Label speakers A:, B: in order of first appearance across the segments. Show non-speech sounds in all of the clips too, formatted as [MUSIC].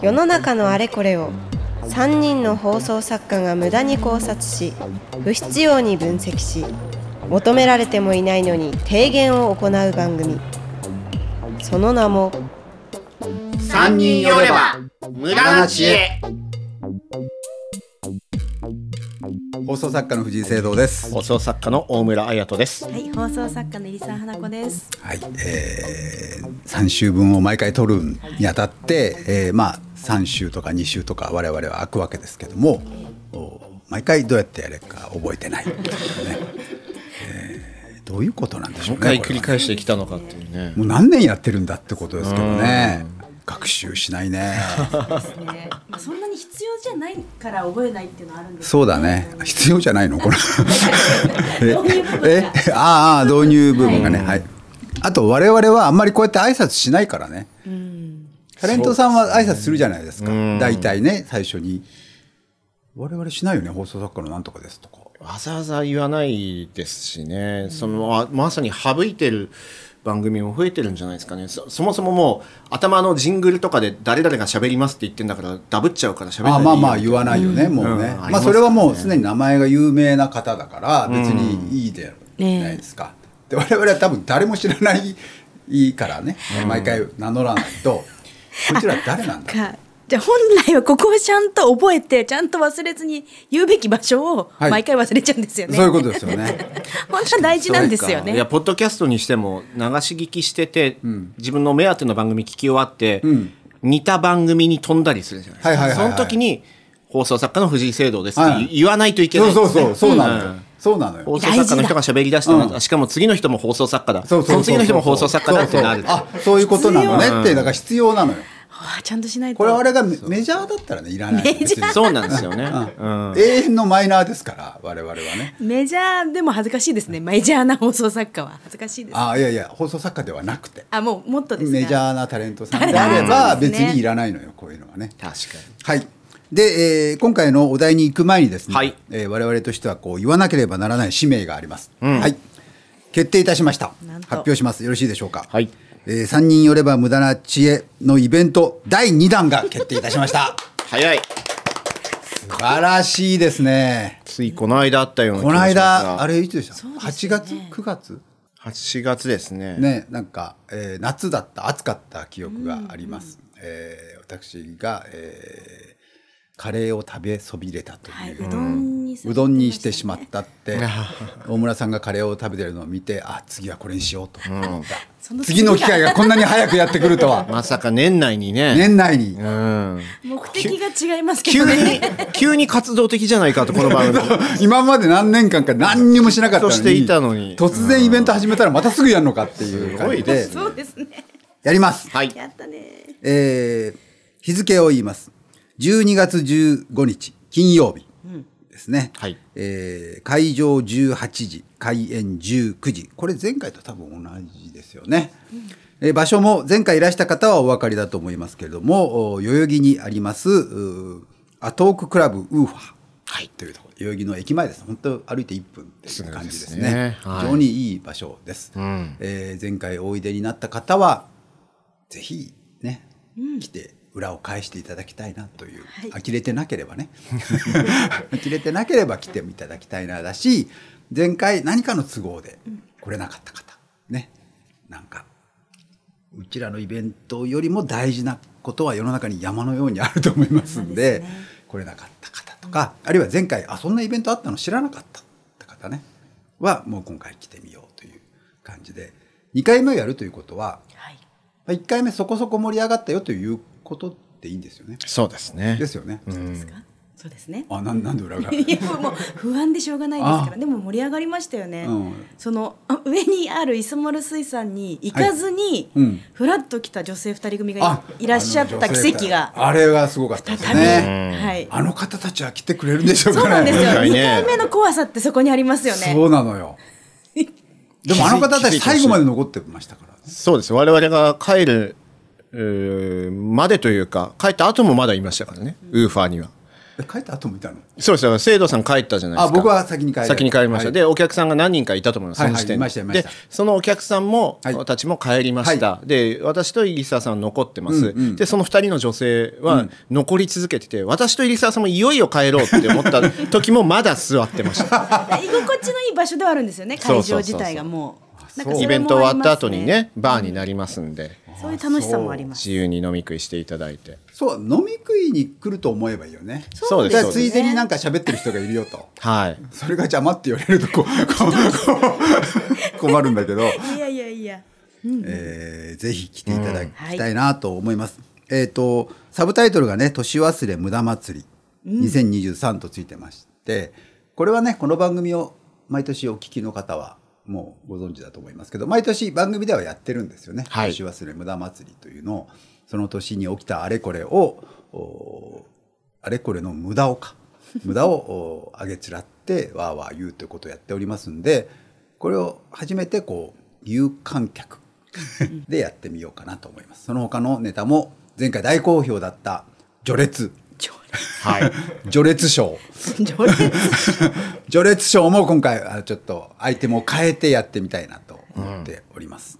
A: 世の中のあれこれを3人の放送作家が無駄に考察し不必要に分析し求められてもいないのに提言を行う番組その名も
B: 三人寄れば無駄な知恵
C: 放送作家の藤井聖堂です。
B: 放送作家の大村彩人です
D: はい、放送作家の入澤花子です。
C: はい、えー、3週分を毎回取るにあたって、えー、まあ3週とか2週とか我々は開くわけですけども、お毎回どうやってやれるか覚えてない、ねえーどういうことなんでしょう
B: 何回
C: ね。こ
B: 繰
C: れは
B: り返してきたのかっていうね
C: もう何年やってるんだってことですけどね。学習しないね。
D: ですね。まあそんなに必要じゃないから覚えないっていうのはあるんですけど
C: そうだね。必要じゃないの [LAUGHS] これ。
D: 導入部分が
C: え、えああ導入部分がね、はい。あと我々はあんまりこうやって挨拶しないからね。タレントさんは挨拶するじゃないですか。大体ね最初に我々しないよね放送作家のなんとかですとか。
B: わざわざ言わないですしね、そのあまさに省いてる番組も増えてるんじゃないですかねそそもそももう頭のジングルとかで誰々が喋りますって言ってんだからダブっちゃうから喋ら
C: あ
B: ない
C: まあまあ
B: いいよ
C: 言わないよね、もうね、
B: うんあります
C: まあそれはもうすでに名前が有名な方だから別にいいでないですか、で我々は多分誰も知らないからね、毎回名乗らないとこちら誰なんだ
D: か。じゃあ本来はここをちゃんと覚えてちゃんと忘れずに言うべき場所を
C: はい
D: 毎回忘れちゃうんですよね。
C: そういうことですよね
D: 本当は大事なんですよ
B: いや
D: ね。
B: ポッドキャストにしても流し聞きしてて、自分の目当ての番組聞き終わって、
C: ん
B: 似た番組に飛んだりするじゃないですか、
C: はいはいはいはい
B: その時に放送作家の藤井聖堂ですって
C: はい
B: 言わ [LAUGHS] ないといけない
C: そ
B: んで
C: う
B: す
C: そ
B: ね、
C: うそうそうなのよ、
B: ん
C: そうなのよ
B: 放送作家の人が喋り出した
C: う
B: ら、
C: ん
B: しかも次の人も放送作家だ。
C: そうそうそう
B: の次の人も放送作家だってなる。
C: そうそうあそういうことなのねってだから必要なのよ
D: はあちゃんとしないと。
C: これ我々がメメジャーだったらねいらない
D: メジャ
C: 別に
B: そうなんですよね。うん。
C: 永遠のマイナーですから我々はね
D: メジャーでも恥ずかしいですね。メジャーな放送作家は恥ずかしいです。あ
C: あいやいや放送作家ではなくて
D: もうもっとですね。
C: メジャーなタレントさんであれ
B: [LAUGHS]
C: ば
D: タレン
C: 別
D: トですね
C: にいらないのよこういうのはね。
B: 確かに。
C: はいで、えー今回のお題に行く前にですね、
B: はい
C: えー我々としてはこう言わなければならない使命があります、はい決定いたしました
D: なんと
C: 発表しますよろしいでしょうか
B: はい
C: えー、3人よれば無駄な知恵のイベント第2弾が決定いたしました
B: [LAUGHS] 早い。
C: 素晴らしいですね
B: ついこの間あったような気
C: この
B: がしますが。
C: 間あれいつでした
D: そうですね
C: 8月9月
B: 8月ですね。
C: ね、なんか、えー夏だった暑かった記憶があります、えー私が、えーカレーを食べそびれたと、
D: はいいううどんにさ
C: う
D: れ
C: ど
D: ま
C: んにしてしま
D: た
C: っ
D: ね。
C: たって [LAUGHS] 大村さんがカレーを食べてるのを見てあ次はこれにしようと思った、
D: その
C: 次の機会がこんなに早くやってくるとは
B: まさか年内にね。
C: 年内に
B: うん。
D: 目的が違いますけ
B: 急
D: どね。
B: に、 [LAUGHS] 急に活動的じゃないかと、この番
C: [LAUGHS]
B: 組。
C: [LAUGHS] 今まで何年間か何にもしなかったのに
B: ずっとしていたのに
C: 突然イベント始めたらまたすぐやるのかっていう感じで
D: そうですね。
C: やります
B: はい。
D: やったね。
C: えー日付を言います。12月15日金曜日ですね。
B: はい
C: えー会場18時、開演19時。これ前回と多分同じですよね。えー場所も前回いらした方はお分かりだと思いますけれども、お代々木にあります、うーアトーククラブウーファー。
B: はい
C: というところ代々木の駅前です本当歩いて1分っていう感じで
B: す
C: すね
B: ぐですねはい
C: 非常にいい場所です、
B: ん
C: えー前回おいでになった方はぜひね、来て裏を返していただきたいなという、
D: はい
C: 呆れてなければね [LAUGHS] 呆れてなければ来ていただきたいなだし前回何かの都合で来れなかった方ねなんかうちらのイベントよりも大事なことは世の中に山のようにあると思いますんで来れなかった方とか、あるいは前回あそんなイベントあったの知らなかったって方ねはもう今回来てみようという感じで2回目をやるということは
D: はい。
C: まあ、1回目そこそこ盛り上がったよということっていいんですよね。
B: そうですね。
C: ですよね。
D: ですか。そうですね。
C: あなんなんで裏が。
D: [LAUGHS] いやもう不安でしょうがないですか
C: あ
D: らでも盛り上がりましたよね、
C: うん
D: そのあ上にある磯丸水産に行かずに、
C: はいうん
D: ふらっと来た女性2人組が
C: あ
D: いいらっしゃった奇跡が
C: あれがすごかったです
D: 再び、
C: ね。
D: はい、
C: あの方たちは来てくれるんでしょうか
D: そ
C: ね。
D: うなんですよ
B: 今回
D: 2
B: ね
D: 回目の怖さってそこにありますよね
C: そうな
B: [LAUGHS]
C: のよ。でもあの方たち最後まで残ってましたから、ね。
B: そうです。我々が帰る、うーまでというか、帰った後もまだいましたからね。ウーファーには。
C: え帰った後もいたの
B: そうですだから生徒さん帰ったじゃないですか
C: あ僕は先に帰る
B: 先に帰りました、
C: はい
B: でお客さんが何人かいたと思います、
C: はいはい
B: その時点で
C: いましたいました
B: でそのお客さんも、
C: はい
B: たちも帰りました、で私と入澤さん残ってます、
C: うんうん
B: でその2人の女性は残り続けてて、私と入澤さんもいよいよ帰ろうって思った時もまだ座ってました
D: [LAUGHS] 居心地のいい場所ではあるんですよね
B: そう
D: 会
B: そうそ
D: 場
B: うそう
D: 自体がもうなんかそ
B: イ
D: れ
B: ベン
D: も
B: ト終
D: あ
B: わっ
D: ります
B: た後にねバーになりますんで
D: そういう楽しさもあります
B: 自由に飲み食いしていただいて
C: そう飲み食いに来ると思えばいいよね
B: そうです
C: じゃあ
B: そう
C: つ
B: で
C: い
B: す
C: でになんか喋ってる人がいるよと
B: はい
C: それが邪魔って言われるとこうこう困るんだけど、
D: いやいやいや
C: えーぜひ来ていただきたいなと思います、えっ、とサブタイトルがね「年忘れ無駄祭り2023」とついてましてこれはねこの番組を毎年お聞きの方はもうご存知だと思いますけど毎年番組ではやってるんですよね「
B: はい
C: 年忘れ無駄祭り」というのをその年に起きたあれこれをおあれこれの無駄を [LAUGHS] か無駄をおあげつらってわーわー言うということをやっておりますんでこれを初めてこう有観客でやってみようかなと思いますその他のネタも前回大好評だった序列
D: 序
B: はい
C: 序列賞
D: 序列
C: 序列賞も今回あちょっとアイテムを変えてやってみたいなと思っております、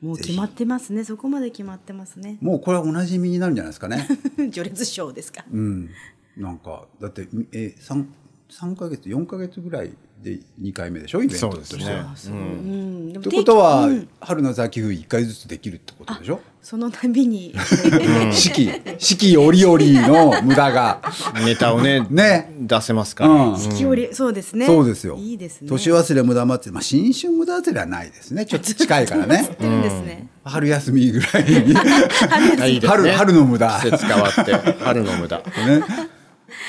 D: もう決まってますねそこまで決まってますね
C: もうこれはおなじみになるんじゃないですかね
D: [LAUGHS] 序列賞ですか
C: うん、なんかだってえ三三ヶ月四ヶ月ぐらいで二回目でしょイベント
B: そ
C: と
B: う
C: し
B: で
C: て
B: すね
D: うんでも
C: ということは、
D: 定期うん
C: 春の秋冬一回ずつできるってことでしょ
D: その度
C: [LAUGHS]
D: に
C: 四季四季折々の無駄が、
D: [LAUGHS]
B: ネタをね
C: [LAUGHS] ね
B: 出せます
C: う
B: から、
C: ん、
D: 四季折そうですね
C: そうですよ
D: いいですね
C: 年忘れ無駄祭りまあ新春無駄祭りはないですねちょっと近いからね
D: てるんですね
C: 春休みぐらいに
B: あいいですね
C: 春春の無駄
B: 季節変わって春の無駄
C: ね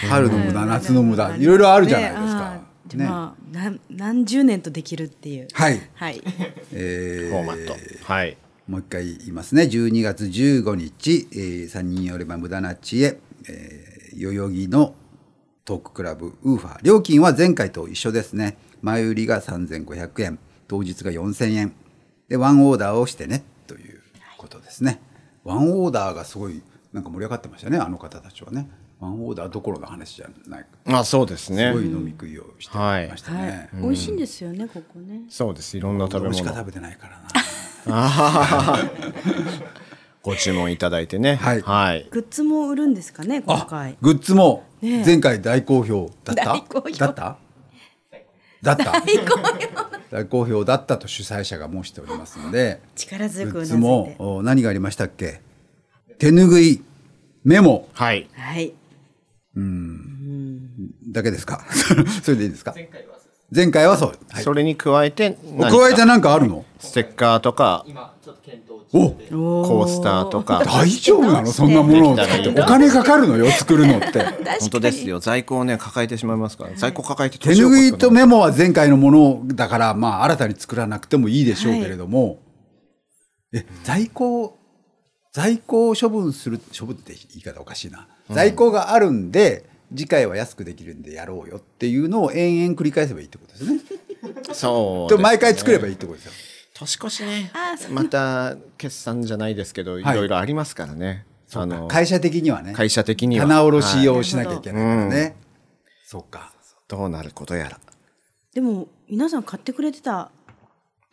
C: 春の無駄夏の無駄いろいろあるじゃないですか、
D: ねあーじゃあまあなん何十年とできるっていう
C: はい
D: はい
C: [LAUGHS] えー
B: フォーマット、はい
C: もう一回言いますね。12月15日、えー、3人よれば無駄な知恵、えー、代々木のトーククラブウーファー。料金は前回と一緒ですね。前売りが3500円、当日が4000円。で、ワンオーダーをしてね、ということですね。ワンオーダーがすごい、なんか盛り上がってましたね、あの方たちはね。ワンオーダーどころの話じゃない。
B: あそうです
C: す
B: ね
C: ごい飲み食いをしてました
D: は
C: ね
D: い。美味しいんですよねここね
B: そうですいろんな食べ
C: 俺しか
B: 物
C: 食べてないからな。
B: [LAUGHS] ご注文いただいてね
C: はい
B: はい、
D: グッズも売るんですかね今回
C: グッズも
D: ねえ
C: 前回大好評だった、
D: 大好評
C: だっただった
D: 最高よ
C: 大好評だったと主催者が申しておりますので
D: 力強く
C: グ
D: う
C: ッ
D: な
C: ズ
D: ずい
C: も
D: て
C: お何がありましたっけ手拭いメモ
B: はい、
D: はい
C: だけですか [LAUGHS] それでいいですか前回はそうはい
B: それに加えて何か
C: 加えてなんかあるの
B: ステッカーとか
C: お
D: お
B: コースターとか
C: 大丈夫なのそんなものを使ってお金かかるのよ作るのって
D: [LAUGHS]
B: 本当ですよ在庫をね抱えてしまいますから在庫抱えて
C: 手
B: 年を越
C: 拭
B: す
C: いとメモは前回のものだから、まあ、新たに作らなくてもいいでしょうけれども、え在庫を在庫を処分する処分って言い方おかしいな、在庫があるんで次回は安くできるんでやろうよっていうのを延々繰り返せばいいってことですね。
B: そうで
C: と
B: すね
C: 毎回作ればいいってことですよ。
B: 年越しね
D: あそ
B: また決算じゃないですけど、い、ろいろありますからねあの
C: 会社的にはね
B: 会社的には
C: 棚卸し
B: はい
C: をしなきゃいけないからね。そうか
B: どうなることやら
D: でも皆さん買ってくれてた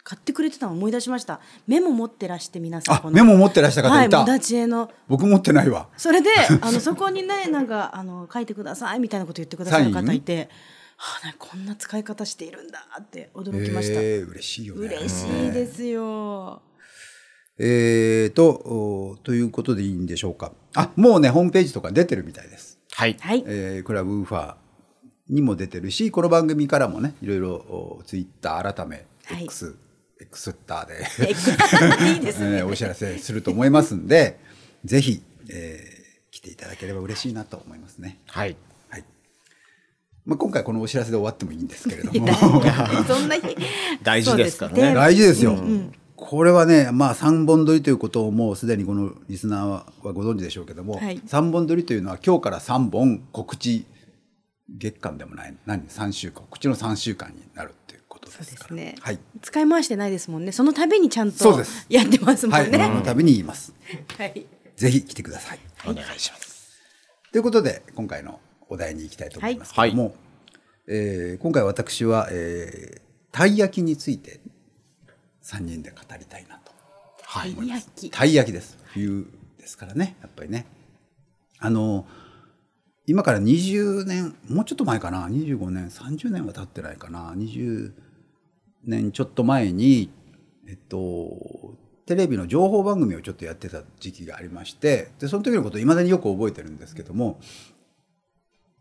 D: 買ってくれてたの思い出しましたメモ持ってらして皆さん
C: あメモ持ってらした方
D: はいい
C: た
D: 無、駄知恵の
C: 僕持ってないわ。[LAUGHS]
D: それであのそこにねなんかあの書いてくださいみたいなこと言ってくださる
C: サイン
D: 方いて、はあ、なんかこんな使い方しているんだって驚きました、
C: えー嬉しいよね。
D: 嬉しいですよ、
C: えーと、おということでいいんでしょうか。あ、もうね、ホームページとか出てるみたいです。
B: はい
D: はい
C: えークラブウーファーにも出てるし、この番組からもね、いろいろおツイッター改め、
D: はい
C: X、X ッターで、
D: いいですね
C: [LAUGHS] えーお知らせすると思いますんで、ぜひ、えー来ていただければ嬉しいなと思いますね。
B: はい
C: はい。まあ、今回このお知らせで終わってもいいんですけれども。
D: [LAUGHS] そん
C: [LAUGHS]
D: な日
B: 大事ですからね
D: そうで
C: 大事ですよ、これはね、まあ、3本撮りということをもうすでにこのリスナーはご存知でしょうけども、
D: はい
C: 3本撮りというのは今日から3本告知月間でもない何3週間告知の3週間になるっていうことですから
D: そうですね
C: はい、
D: 使い回してないですもんねその度にちゃん
C: そう
D: と
C: です
D: やってますも
C: はい
D: んね
C: この度に言います
D: はい
C: ぜひ来てください
B: お願いします
C: ということで今回のお題に行きたいと思いますけども、えー今回私は、えーたい焼きについて3人で語りたいなと
B: はい
D: たい焼き
C: たい焼きです冬ですからねやっぱりねあの今から20年もうちょっと前かな25年30年は経ってないかな20年ちょっと前にえっとテレビの情報番組をちょっとやってた時期がありましてでその時のことをいまだによく覚えてるんですけども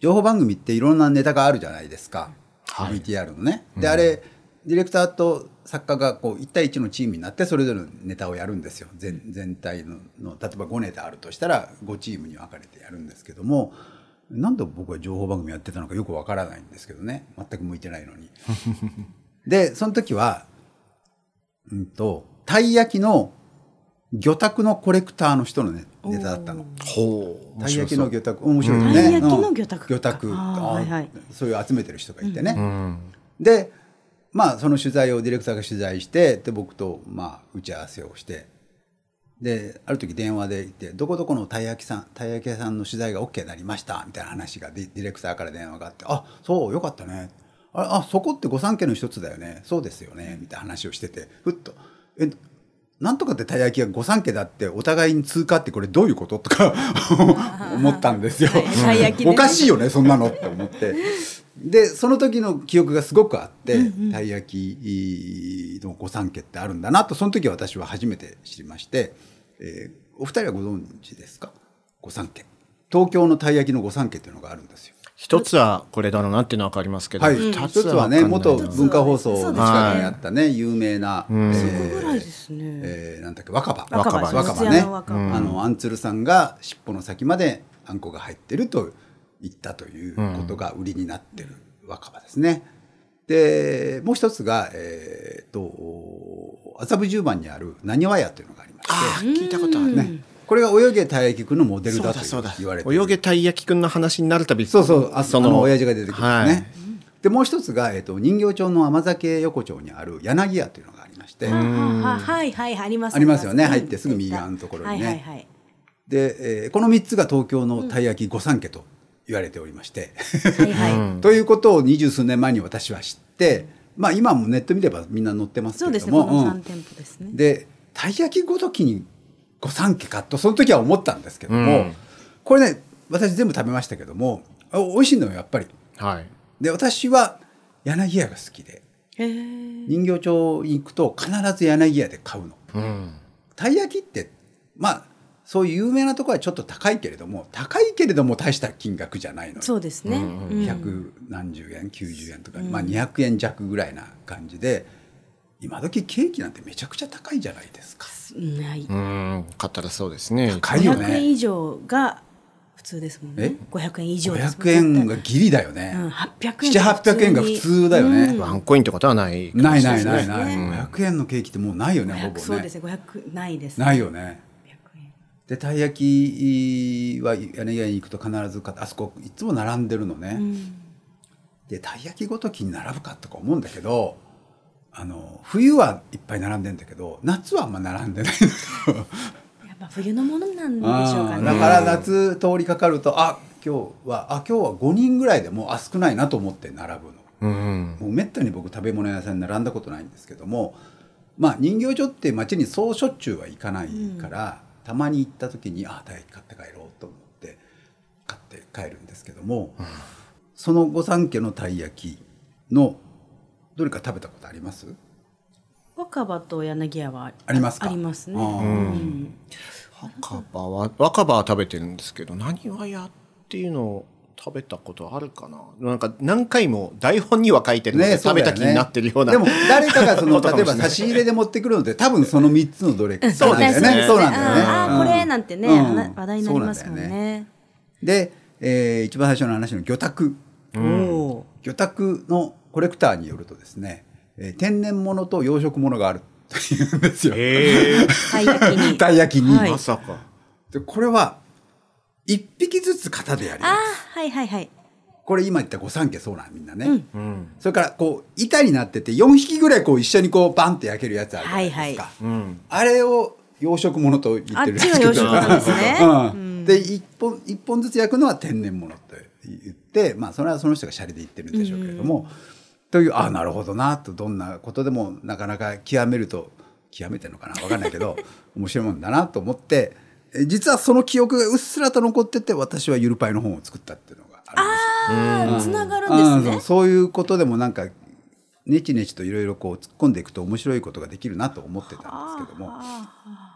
C: 情報番組っていろんなネタがあるじゃないですか、
B: はい
C: VTR のね。で、あれディレクターと作家がこう1対1のチームになってそれぞれのネタをやるんですよ全全体のの例えば5ネタあるとしたら5チームに分かれてやるんですけどもなんで僕は情報番組やってたのかよくわからないんですけどね全く向いてない
B: [LAUGHS]
C: のに。でその時はうんとたい焼きの魚拓のコレクターの人のねネタだったの。
B: ほう
C: たい焼きの魚拓面白いね。
D: たい焼きの
C: うん
D: 魚拓か
C: 魚拓
D: あー
C: あー
D: はいはい
C: そういう集めてる人がいてね。
B: うん
C: でまあその取材をディレクターが取材してで僕とまあ打ち合わせをしてである時電話で行って「どこどこのたい焼きさんたい焼き屋さんの取材が OK になりました」みたいな話がディディレクターから電話があって「あそうよかったね」ああそこって御三家の一つだよねそうですよね」みたいな話をしててふっと「えなんとかってたい焼きが御三家だってお互いに通過ってこれどういうこと?」と
D: [LAUGHS]
C: か思ったんですよ。
D: たい焼きね
C: おかしいよねそんなのって思ってでその時の記憶がすごくあって、たい焼きの御三家ってあるんだなとその時私は初めて知りまして、えーお二人はご存知ですか御三家東京のたい焼きの御三家っていうのがあるんですよ。
B: 一つはこれだろうなっていうのは分かりますけど、
C: はい、
B: 二
C: 一つはね
B: 分かん
C: 元
B: ないな
C: 文化放送
D: そ
C: の
D: うです
B: ね
C: 近くにあったね有名な、え
D: そこぐらい
C: ー
D: ですね。
C: えーなんだっけ若葉
B: 若葉
C: 若葉
D: 松
C: ね
D: 屋の若葉
C: あのアンツルさんが尻尾の先まであんこが入ってると言ったということが売りになってる若葉ですね。でもう一つが、えー、と麻布十番にあるなにわ屋というのがありまし
B: あ聞いたことある
C: て、ね、これが泳げたい焼きくんのモデル
B: そう
C: だ
B: だ
C: と
B: そうだ
C: 言われてる
B: 泳げたい焼きくんの話になるたび
C: そうそう、あそ
B: そ
C: の
B: の
C: 親父が出てくるんですね。
B: はい
C: でもう一つが、えっと人形町の甘酒横丁にある柳屋というのがありまして、
D: はあはいはいはいあります
C: ありますよね
D: あり
C: 入ってすぐ右側のところにね
D: はいはいはい
C: で、えーこの3つが東京のたい焼き御三家と言われておりまして、
D: はいは
C: [LAUGHS]
D: い
C: ということを二十数年前に私は知って、まあ今もネット見ればみんな載ってます
D: そう
C: けれ
D: です
C: ど
D: ねこ
C: も、
D: の
C: う
D: 三
C: ん
D: 店舗ですね。
C: でたい焼きごときに御三家かとその時は思ったんですけども、
B: うん
C: これね私全部食べましたけどもあ美味しいのよやっぱり。
B: はい
C: で私は柳屋が好きで。
D: へえ。
C: 人形町に行くと必ず柳屋で買うの。
B: うん
C: たい焼きってまあそういう有名なところはちょっと高いけれども高いけれども大した金額じゃないのよ
D: そうですね。うん
C: 百何十円90円とか、まあ、200円弱ぐらいな感じで今時ケーキなんてめちゃくちゃ高いじゃないですか
D: ない。
B: うん買ったらそうですね
C: 高いよ
D: 500円
C: ね
D: 以上が普通ですもんね
C: え。
D: 500円以上ですもん
C: 500円がギリだよね、
D: うん800円
C: 七八7 800円が普通だよね、
B: ワンコインってことはない
C: ないないない
D: そう
C: ない、
D: ですね
C: 500円のケーキってもうないよねほ
D: 500
C: ぼ
D: そうで
C: ね
D: すね500ないですね。
C: ない
D: よ。
C: よねでたい焼きは柳屋に行くと必ず買ってあそこいつも並んでるのね、でたい焼きごときに並ぶかとか思うんだけどあの冬はいっぱい並んでんだけど夏はあんま並んでない
D: [LAUGHS] やっぱ冬のものなんでしょうか
C: あー
D: ね。
C: だから夏通りかかるとあ今日はあ今日は5人ぐらいでもうあ少ないなと思って並ぶの
B: うん
C: もうめったに僕食べ物屋さんに並んだことないんですけどもまあ人形町って街にそうしょっちゅうは行かないから、たまに行った時にああたい焼き買って帰ろうと思って買って帰るんですけども、その御三家のたい焼きのどれか食べたことあります
D: 若葉と柳屋は
C: ありますか
D: ありますね。
C: あー
D: うん
B: 若葉は若葉は食べてるんですけど何はやっていうのを食べたことあるかななんか何回も台本には書いてるので、
C: ねそ
B: 食
C: う
B: べ
C: だよね
B: た気になってるような
C: でも誰かがその
B: ことか
C: 例え
B: もしれ
C: ば
B: ない
C: 差し入れで持ってくるので多分その3つのどれかなんだよ
B: そ
C: ね。
B: う
C: なん
B: ですね
C: だよね
D: あーあー、
C: うん
D: これなんてね、
C: うん
D: 話話題になりますもん
C: そうなんだよ
D: ね。
C: で、えー一番最初の話の魚拓
D: おお
C: 魚拓のコレクターによるとですね、えー天然物と養殖物があるというんですよ。
B: ええ
D: ー、たい焼きに。
C: たい焼きに、
D: はい
B: まさか
C: でこれは1匹ずつ型でやり
D: あ
C: ます
D: ーはいはいはい。
C: これ今言った御三家そうなんみんなね、
D: うん
B: うん
C: それからこう板になってて4匹ぐらいこう一緒にこうバンって焼けるやつあるじゃないですか、
D: はいはい
B: うん
C: あれを養殖物と言ってる
D: あっちが養殖物ですね
C: うんで一本一本ずつ焼くのは天然物と言って、まあ、それはその人がシャレで言ってるんでしょうけれども、というああなるほどなとどんなことでもなかなか極めると極めてるのかな分かんないけ [LAUGHS] ど面白いもんだなと思ってえ実はその記憶がうっすらと残ってて私はゆるパイの本を作ったっていうのがあるんですよ。
D: ああ、つながるんです
C: うん
D: ね。
C: そうそういうことでもなんかネチネチといろいろこう突っ込んでいくと面白いことができるなと思ってたんですけども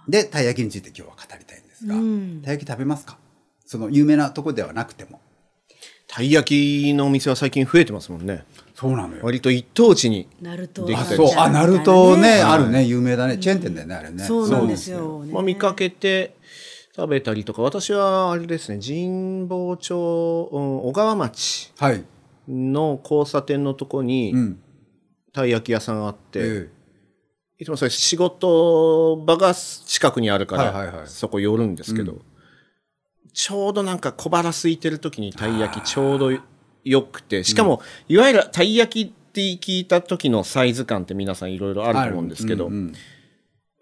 C: でたい焼きについて今日は語りたいんですが、たい焼き食べますかその有名なとこではなくても
B: たい焼きのお店は最近増えてますもんね
C: そうなのよ
B: 割と一等地に
D: ナルト。
B: できたり
C: そうあナルトね
B: はい
C: あるね有名だねチェーン店だよねあれね
D: そうなんですよ。
B: まあ、見かけて食べたりとか私はあれですね神保町、うん小川町
C: はい
B: の交差点のとこに
C: うん
B: たい焼き屋さんがあって、
C: え
B: いつもそれ仕事場が近くにあるから、
C: はいはいはい
B: そこ寄るんですけど、ちょうどなんか小腹空いてる時にたい焼きちょうどよくてしかも、いわゆるたい焼きって聞いた時のサイズ感って皆さんいろいろ
C: え
B: あると思うんですけど、
C: あるうんうん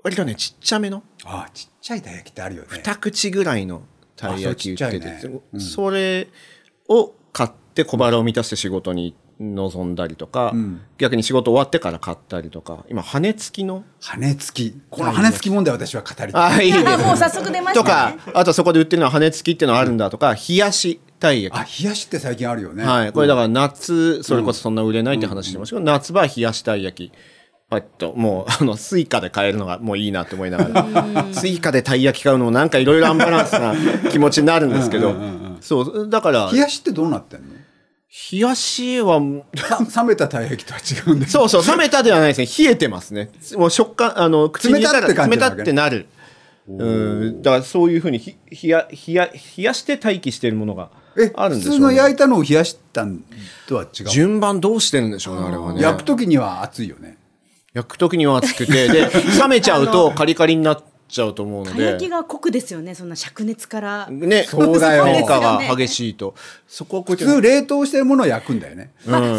B: 割とねちっちゃめの
C: あちっちゃいたい焼きってあるよね
B: 二口ぐらいのたい焼き売ってて
C: あそれちっちゃいねうん
B: それを買って小腹を満たして仕事に臨んだりとか、
C: ん
B: 逆に仕事終わってから買ったりとか今羽根付きの
C: 羽付きこの羽付き問題私は語りたい
B: あいいですね
D: あもう早速出ました
B: と
D: ね。
B: か、あとそこで売ってるのは羽根付きっていうのがあるんだとか、冷やしたい焼
C: あ冷やしって最近あるよ
B: き。
C: ね
B: はい。これだから夏、それこそそんな売れないって話してましたけど、夏場は冷やしたい焼き。パッと、もう、あの、スイカで買えるのがもういいなって思いながら、スイカでたい焼き買うのもなんかいろいろアンバランスな気持ちになるんですけど、そう、だから
C: 冷、やしってどうなってんの
B: 冷やしは、
C: さ冷めたたい焼きとは違うんです
B: そうそう、冷めたではないですね。冷えてますね。もう食感、あの、口に入れた
C: 冷たって
B: ら
C: 感
B: 冷
C: じな
B: た
C: わけ
B: ってなる。うん、だからそういうふうにひ冷や冷や冷やして待機しているものが
C: え
B: あるん
C: 普
B: でしょ
C: 通
B: う
C: の
B: ね
C: 焼いたのを冷やしたんとは違う
B: 順番どうしてるんでしょうねあれはね
C: 焼く時には熱いよね
B: 焼く時には熱くてで冷めちゃうとカリカリになっちゃうと思うの
D: たい焼き
B: で
D: が濃くですよね。そんな灼熱から。
B: ね
C: そうだよ
B: 変化が激しいとそこをこう
C: 普
B: やっ
C: 通
B: て
C: 冷凍してるものを焼くんだよね、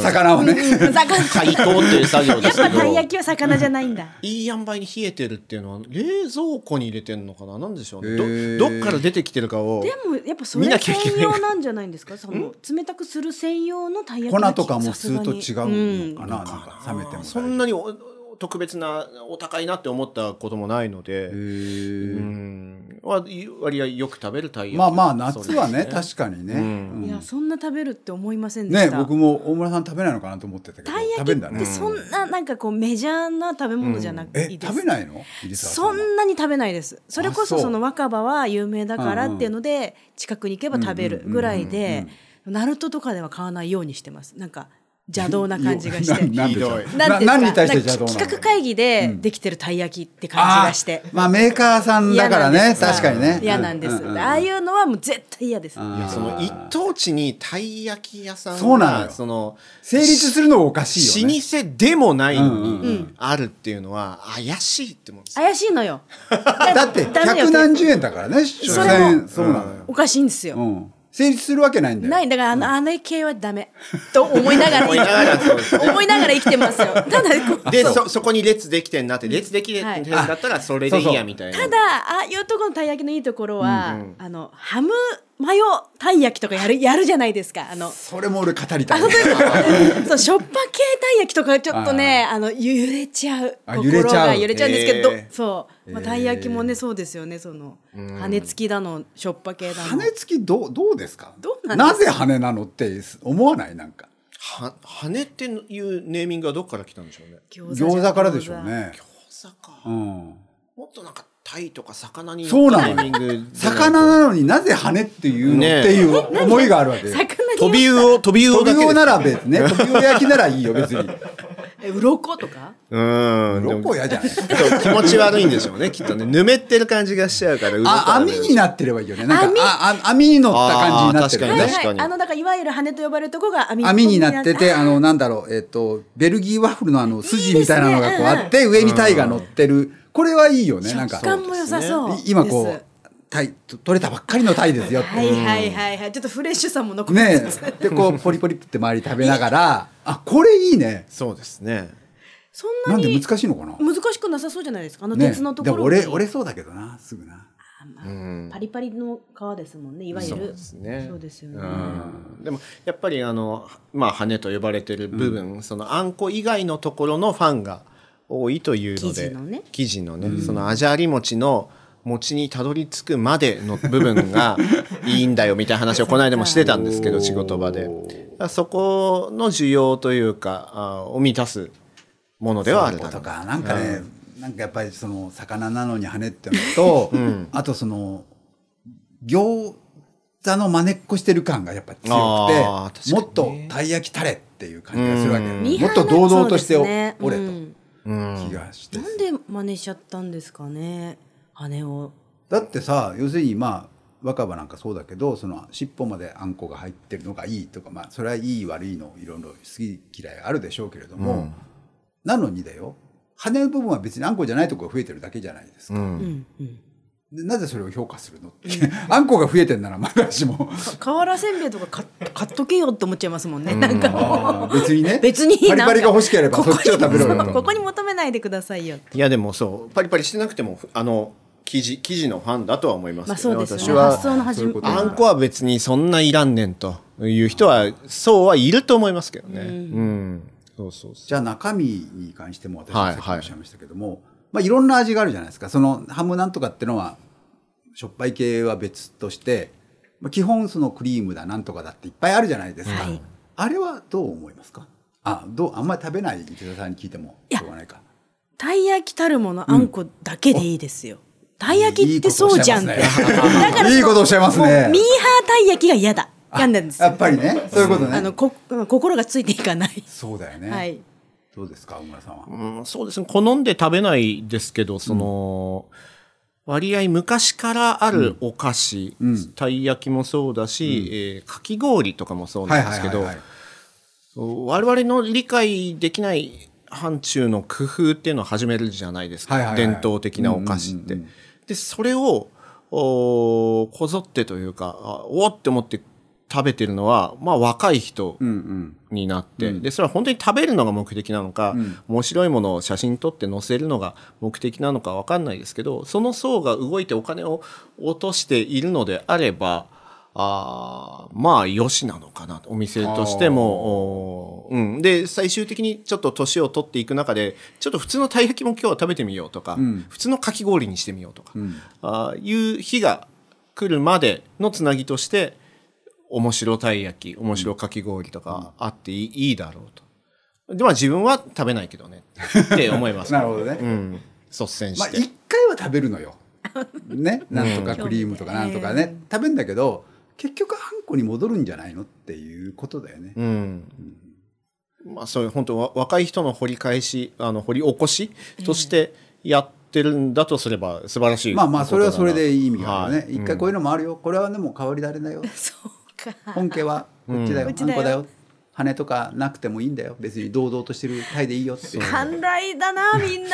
C: 魚をね、
B: 解凍っていう作業
D: や
B: で
D: っ
B: すけ
D: ぱたい
B: ど
D: 焼きは魚じゃないんだ。
B: いい塩梅に冷えてるっていうのは冷蔵庫に入れてるのかななんでしょうね
C: へー
B: どどっから出てきてるかを
D: でもやっぱそ
B: 見な
D: れ
B: きゃいけない
D: 専用なんじゃないんですか。その冷たくする専用のたい焼き。
C: [LAUGHS] 粉とかも吸うと違うの
D: ん。
C: かな,、なんか冷めても
B: そんなにお特別なお高いなって思ったこともないのでうん割割合よく食べるたい焼き
C: まあまあ夏はね
B: そうです
C: 確かにね、
D: いやそんな食べるって思いませんでし
C: ね
D: た。
C: 僕も大村さん食べないのかなと思ってたけど
D: たい
C: 食
D: 焼
C: べ
D: き
C: んだ
D: って
C: ね
D: そんななんかこうメジャーな食べ物じゃなくてい
C: え
D: いです。
C: 食べないの入澤さん
D: そ
C: は
D: んなに食べないですそれこ
C: あ
D: そ
C: そう
D: その若葉は有名だからっていうので近くに行けば食べるぐらいでナルトとかでは買わないようにしてますなんか邪道な感
C: [LAUGHS]
D: じがして
C: ななんでしょう
B: ひど
C: な
D: なんていうん
C: 何に
D: ですか
C: 対して邪道
D: な
C: な
D: ん
C: の
D: か企画会議でできてるたい焼きって感じがして
C: あーまあメーカーさんだからね確かにね
D: 嫌なんです
C: ううう
D: ああいうのはもう絶対嫌です
C: あー
B: いやその一等地にたい焼き屋さんが
C: そうなのよ
B: その
C: 成立するのがおかしいよね
B: 老舗でもないの
C: うんうん
D: う
B: にあるっていうのは怪しいって思うんですよ
D: 怪しいのよ
C: [LAUGHS] だって
D: ダメよ
C: 百何十円だからね所
D: それ
C: 詮
D: も
C: そうなのよ、
D: おかしいんですよ
C: うん、成立するわけないんだよ
D: ないだからあのあの系はダメと思いながら
B: 思いながらそうですね
D: 思いながら生きてますよただこう
B: で
D: そう
B: そそこに列できてんなって列できてんだったらそれでいいやみたいな
D: ただああいうとこのたい焼きのいいところは、あのハムマヨたい焼きとかやるやるじゃないですかあの
C: それも俺語りた
D: あ
C: い
D: 本
C: [LAUGHS]
D: 当にそうしょっぱ系たい焼きとかちょっとねあの揺れちゃう
C: あ
D: 心
C: 揺れちゃう
D: が揺れちゃうんですけど、
B: へえ
D: そう、まあ、たい焼きもねそうですよねその羽付きだのしょっぱ系だの
C: 羽付きどうどうですか
D: どうなん
C: ぜ羽なのって思わないなんか
B: は羽っていうネーミングはどっから来たんでしょうね
D: 餃じゃ
C: 餃子からでしょうね、
B: 餃子
C: う
B: か
C: ん、
B: もっとなんか鯛とか魚に
C: そうな
B: ネーミングじゃな
C: の
B: い
C: 魚なのになぜ羽っていうの、
B: ねえ
C: っていう思いがあるわけ
D: 魚
B: 飛
D: に
B: び魚飛び魚
C: 飛
B: だけで
C: び
B: す
C: 魚なら別ね飛び魚焼きならいい
B: [LAUGHS]
C: よ別に
D: え鱗とか
B: うんでも
C: 鱗嫌じゃない
B: そう気持ち悪いんでしょうねきっとねぬめってる感じがしちゃうからうどんと
C: あ
B: はね
C: 網になってればいいよねなんかああ網に乗った感じになってるよ
B: あー
C: ね
B: 確
D: はい
B: か
D: はい
B: に
D: あのだからいわゆる羽と呼ばれるとこが網
C: 網になっててあのなんだろうえっ、とベルギーワッフルのあの筋みたいなのがこうあって上にタイが乗ってる、これはいいよねなんか
D: 食感も良さそう
C: い今こ
D: です
C: うタイと取れたばっかりのタイですよって、
D: はいはいはいはいちょっとフレッシュさも残って
C: ねえでこうポリポリって周り食べながらあこれいいね
B: そうですね
D: そ
C: なん
D: なん
C: で
D: に
C: 難しいのかな
D: 難しくなさそうじゃないですかあの
C: ね
D: 鉄のと
C: で
D: こ
C: も
D: ろに、
C: 俺俺そうだけどなすぐな
D: あんま
B: うん
D: パリパリの皮ですもんねいわゆ
B: そう
D: る
B: ですね
D: そうですよね
B: うんでもやっぱりあの、まあ、羽と呼ばれてる部分、そのあんこ以外のところのファンが多いというので
D: 生地のね
B: 生地のねそのあじゃり餅の餅にたどり着くまでの部分 [LAUGHS] がいいんだよみたいな話をこの間もしてたんですけど仕事場でだからそこの需要というかあを満たすものではあるだろ
C: と
B: うな
C: かなんかね、なんかやっぱりその魚なのに羽ってのと、あとその餃子の真似っこしてる感がやっぱ強
B: あ
C: く
B: ー
C: てもっ
B: 確か
C: と
B: にね
C: たい焼きタレっていう感じがするわけよ
B: うん
D: ミー
C: もっ
D: ハー
C: と
D: な
C: 堂々としてお
D: そう
C: 折
D: ですね
C: れ
D: う
C: と
D: ん
B: うん
C: 気がして、
D: なんで真似しちゃったんですかね羽を
C: だってさ要するにまあ若葉なんかそうだけどその尻尾まであんこが入ってるのがいいとかまあそれはいい悪いのいろいろ好き嫌いあるでしょうけれども、
B: うん
C: なのにだよ羽の部分は別にあんこじゃないところが増えてるだけじゃないですか
B: う
D: うんんうん
C: でなぜそれを評価するのってあんこが増えてんならまだし
D: [LAUGHS]
C: も
D: か瓦せんべいとか買っ買っとけよって思っちゃいますもんね、なんか
C: あー別にね
D: 別に
C: パリパリが欲しければ
D: なんか
C: そっちを食べろよ
D: ここに [LAUGHS] そうここに求めないでくださいよ
B: いやでもそうパリパリしてなくてもあの生地生地のファンだとは思います
D: まあ
B: けど
D: そう
B: ね
D: です
B: 私
D: よね
B: は
D: 発想の始
C: そ
D: め
C: ういうこと
B: あんこは別にそんないらんねんという人はそうはいると思いますけどね。うん、そうそうそう。
C: じゃあ中身に関しても私
B: は
C: も
B: い
C: さっきおっしゃいましたけども、いまあ、いろんな味があるじゃないですかそのハムなんとかってのはしょっぱい系は別として、まあ、基本そのクリームだなんとかだっていっぱいあるじゃないですか、
D: はい
C: あれはどう思いますかあどうあんまり食べない池田さんに聞いてもしょうがないか
D: たい焼きたるものあんこだけでいいですよ、たい焼きってそうじゃんって
C: いいことおっしゃいますねいいことおっしゃいます
D: もうミー
C: ね
D: ハーたい焼きが嫌だ嫌なんです
C: や
D: よ
C: っぱりねそういうことね、
D: あのこ心がついていかない、
C: そうだよね、
D: はい
C: どうですか小村さんは
B: うん、そうですね。好んで食べないですけど、その、割合昔からあるお菓子、たい焼きもそうだし、えーかき氷とかもそうなんですけど、そう我々の理解できない範疇の工夫っていうのを始めるじゃないですか、
C: はいはいはい
B: 伝統的なお菓子って。
C: うんうんうん
B: でそれをおーこぞってというかあおーって思って食べてるのは、まあ、若い人
C: うんうん
B: になって、でそれは本当に食べるのが目的なのか、面白いものを写真撮って載せるのが目的なのか分かんないですけどその層が動いてお金を落としているのであればあーまあよしなのかなお店としても、おーうん、で最終的にちょっと年を取っていく中でちょっと普通のたい焼きも今日は食べてみようとか、
C: ん
B: 普通のかき氷にしてみようとか、
C: ん
B: あーいう日が来るまでのつなぎとして面白たい焼き面白かき氷とかあっていい,、いいだろうとでまあ自分は食べないけどねって思います
C: [LAUGHS] なるほどね、
B: うん率先
C: まあ
B: して、
C: 一回は食べるのよ。ね、なんとかクリームとかなんとかね、食べんだけど結局あんこに戻るんじゃないのっていうことだよね。
B: うんまあそういう本当わ若い人の掘り返しあの掘り起こしとしてやってるんだとすれば素晴らしい
C: まあまあそれはそれでいい意味があ
B: は
C: るよね。一回こういうのもあるよ。これはでも変わり種だよ。
D: そうか
C: 本家はこっちだよ。
D: う
C: あ
D: ん
C: んこだよ。羽とかなくてもいいんだよ。別に堂々としてるタイでいいよっていう。
D: 寛大だなみんな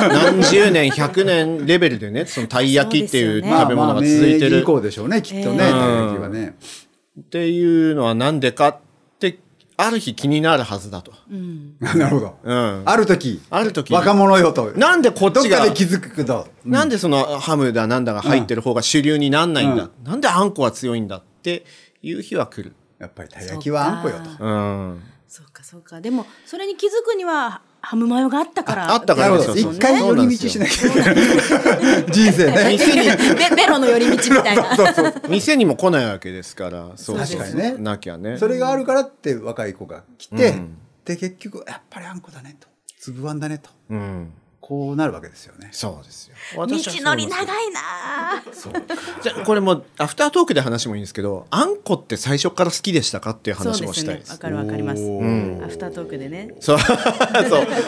B: な [LAUGHS] 何十年100年レベルでねそのたい焼きっていう
D: そうですよね
B: 食べ物が続いて
C: 明治
B: る
C: 以降でしょうね。きっとね。
D: え
C: たい
D: え
C: 焼きはね。 [LAUGHS]
B: っていうのはなんでかってある日気になるはずだと。
C: なるほど。
B: うん
C: ある時、
B: ある時
C: 若者よと。
B: なんでこっ
C: どっ
B: ちが
C: かで気づくけど。
B: なんでそのハムだなんだが入ってる方が主流になんないんだ、なんであんこは強いんだっていう日は来る。
C: やっぱりたい焼きはあんこよと。
B: うん、
D: そうかそうかでもそれに気づくにはハムマヨがあったから
B: ああったから
C: なる
B: で
C: ほ
B: す
C: ど。
B: よ
C: 一回寄り道しなきゃいけない。人生ね。
D: [LAUGHS] ベベロの寄り道みたいな
B: 店にも来ないわけですからそうそうそう
C: 確かにね
B: なきゃね
C: それがあるからって若い子が来て、で、結局、やっぱりあんこだねと。つぶあんだねと。
B: うん、
C: こうなるわけですよね。
B: そうですよ
D: 道
B: 私はそう
D: の
B: 思い
D: り
B: ます
D: 長いな
B: じゃあこれもうアフタートークで話もいいんですけどあんこって最初から好きでしたかっていう
D: そう
B: 話
D: で
B: もし
D: す
B: たい
D: ね
B: で
D: わ
B: す
D: かるわかります
C: お
D: アフタートークでね
B: そうそう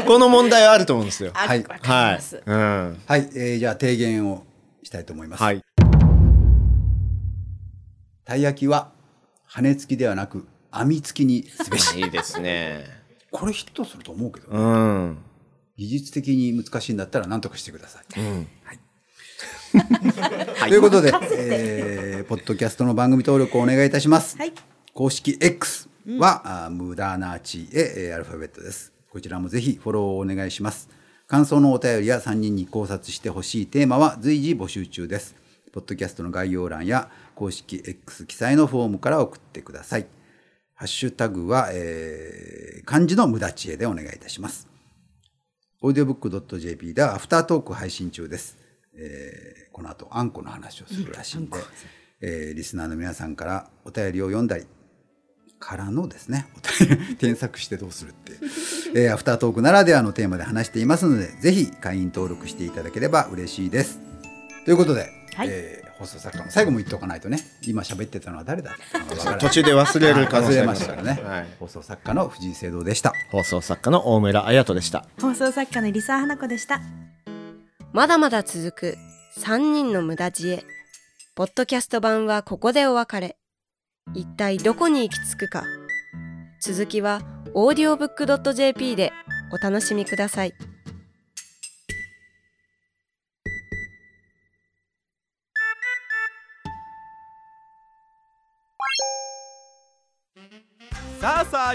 B: この問題はあると思うんですよ
D: あ
C: は
D: わか
C: い
D: り
B: は
D: ま
B: い
D: す、
B: うん
C: はい、えーじゃあ提言をしたいと思います。
B: はい
C: たい焼きは、羽付きではなく、網付きにすべし。
B: いいですね。
C: これヒットすると思うけど、
B: うん。
C: 技術的に難しいんだったら何とかしてください。はい
B: い
C: という [LAUGHS] ことで、えーポッドキャストの番組登録をお願いいたします。
D: はい
C: 公式 X は、あー無駄な知恵、えーアルファベットです。こちらもぜひフォローをお願いします。感想のお便りや3人に考察してほしいテーマは随時募集中です。ポッドキャストの概要欄や公式 X 記載のフォームから送ってください。ハッシュタグは、えー漢字の無駄知恵でお願いいたします。オーディオブック .jp ではアフタートーク配信中です。えーこの後、あんこの話をするらしいんで、えーリスナーの皆さんからお便りを読んだり、からのですね、 [LAUGHS] お便り添削してどうするって、えーアフタートークならではのテーマで話していますので、ぜひ会員登録していただければ嬉しいです。ということで、
D: はい
C: えー放送作家も最後も言っておかないとね、今喋ってたのは誰だったのかわからな
B: [LAUGHS]
C: い
B: 途中で忘れる可能性あ
C: 忘れ
B: り
C: ま
B: ま
C: し
B: す
C: た
B: か
C: から
B: ら
C: ね、
B: ね。はい
C: 放送作家の藤井聖堂でした
B: 放送作家の大村彩人でした。
D: 放送作家のリサー花子でした
A: まだまだ続く3人の無駄知恵。ポッドキャスト版はここでお別れ。一体どこに行き着くか。続きは audiobook.jp でお楽しみください。
E: さあさあ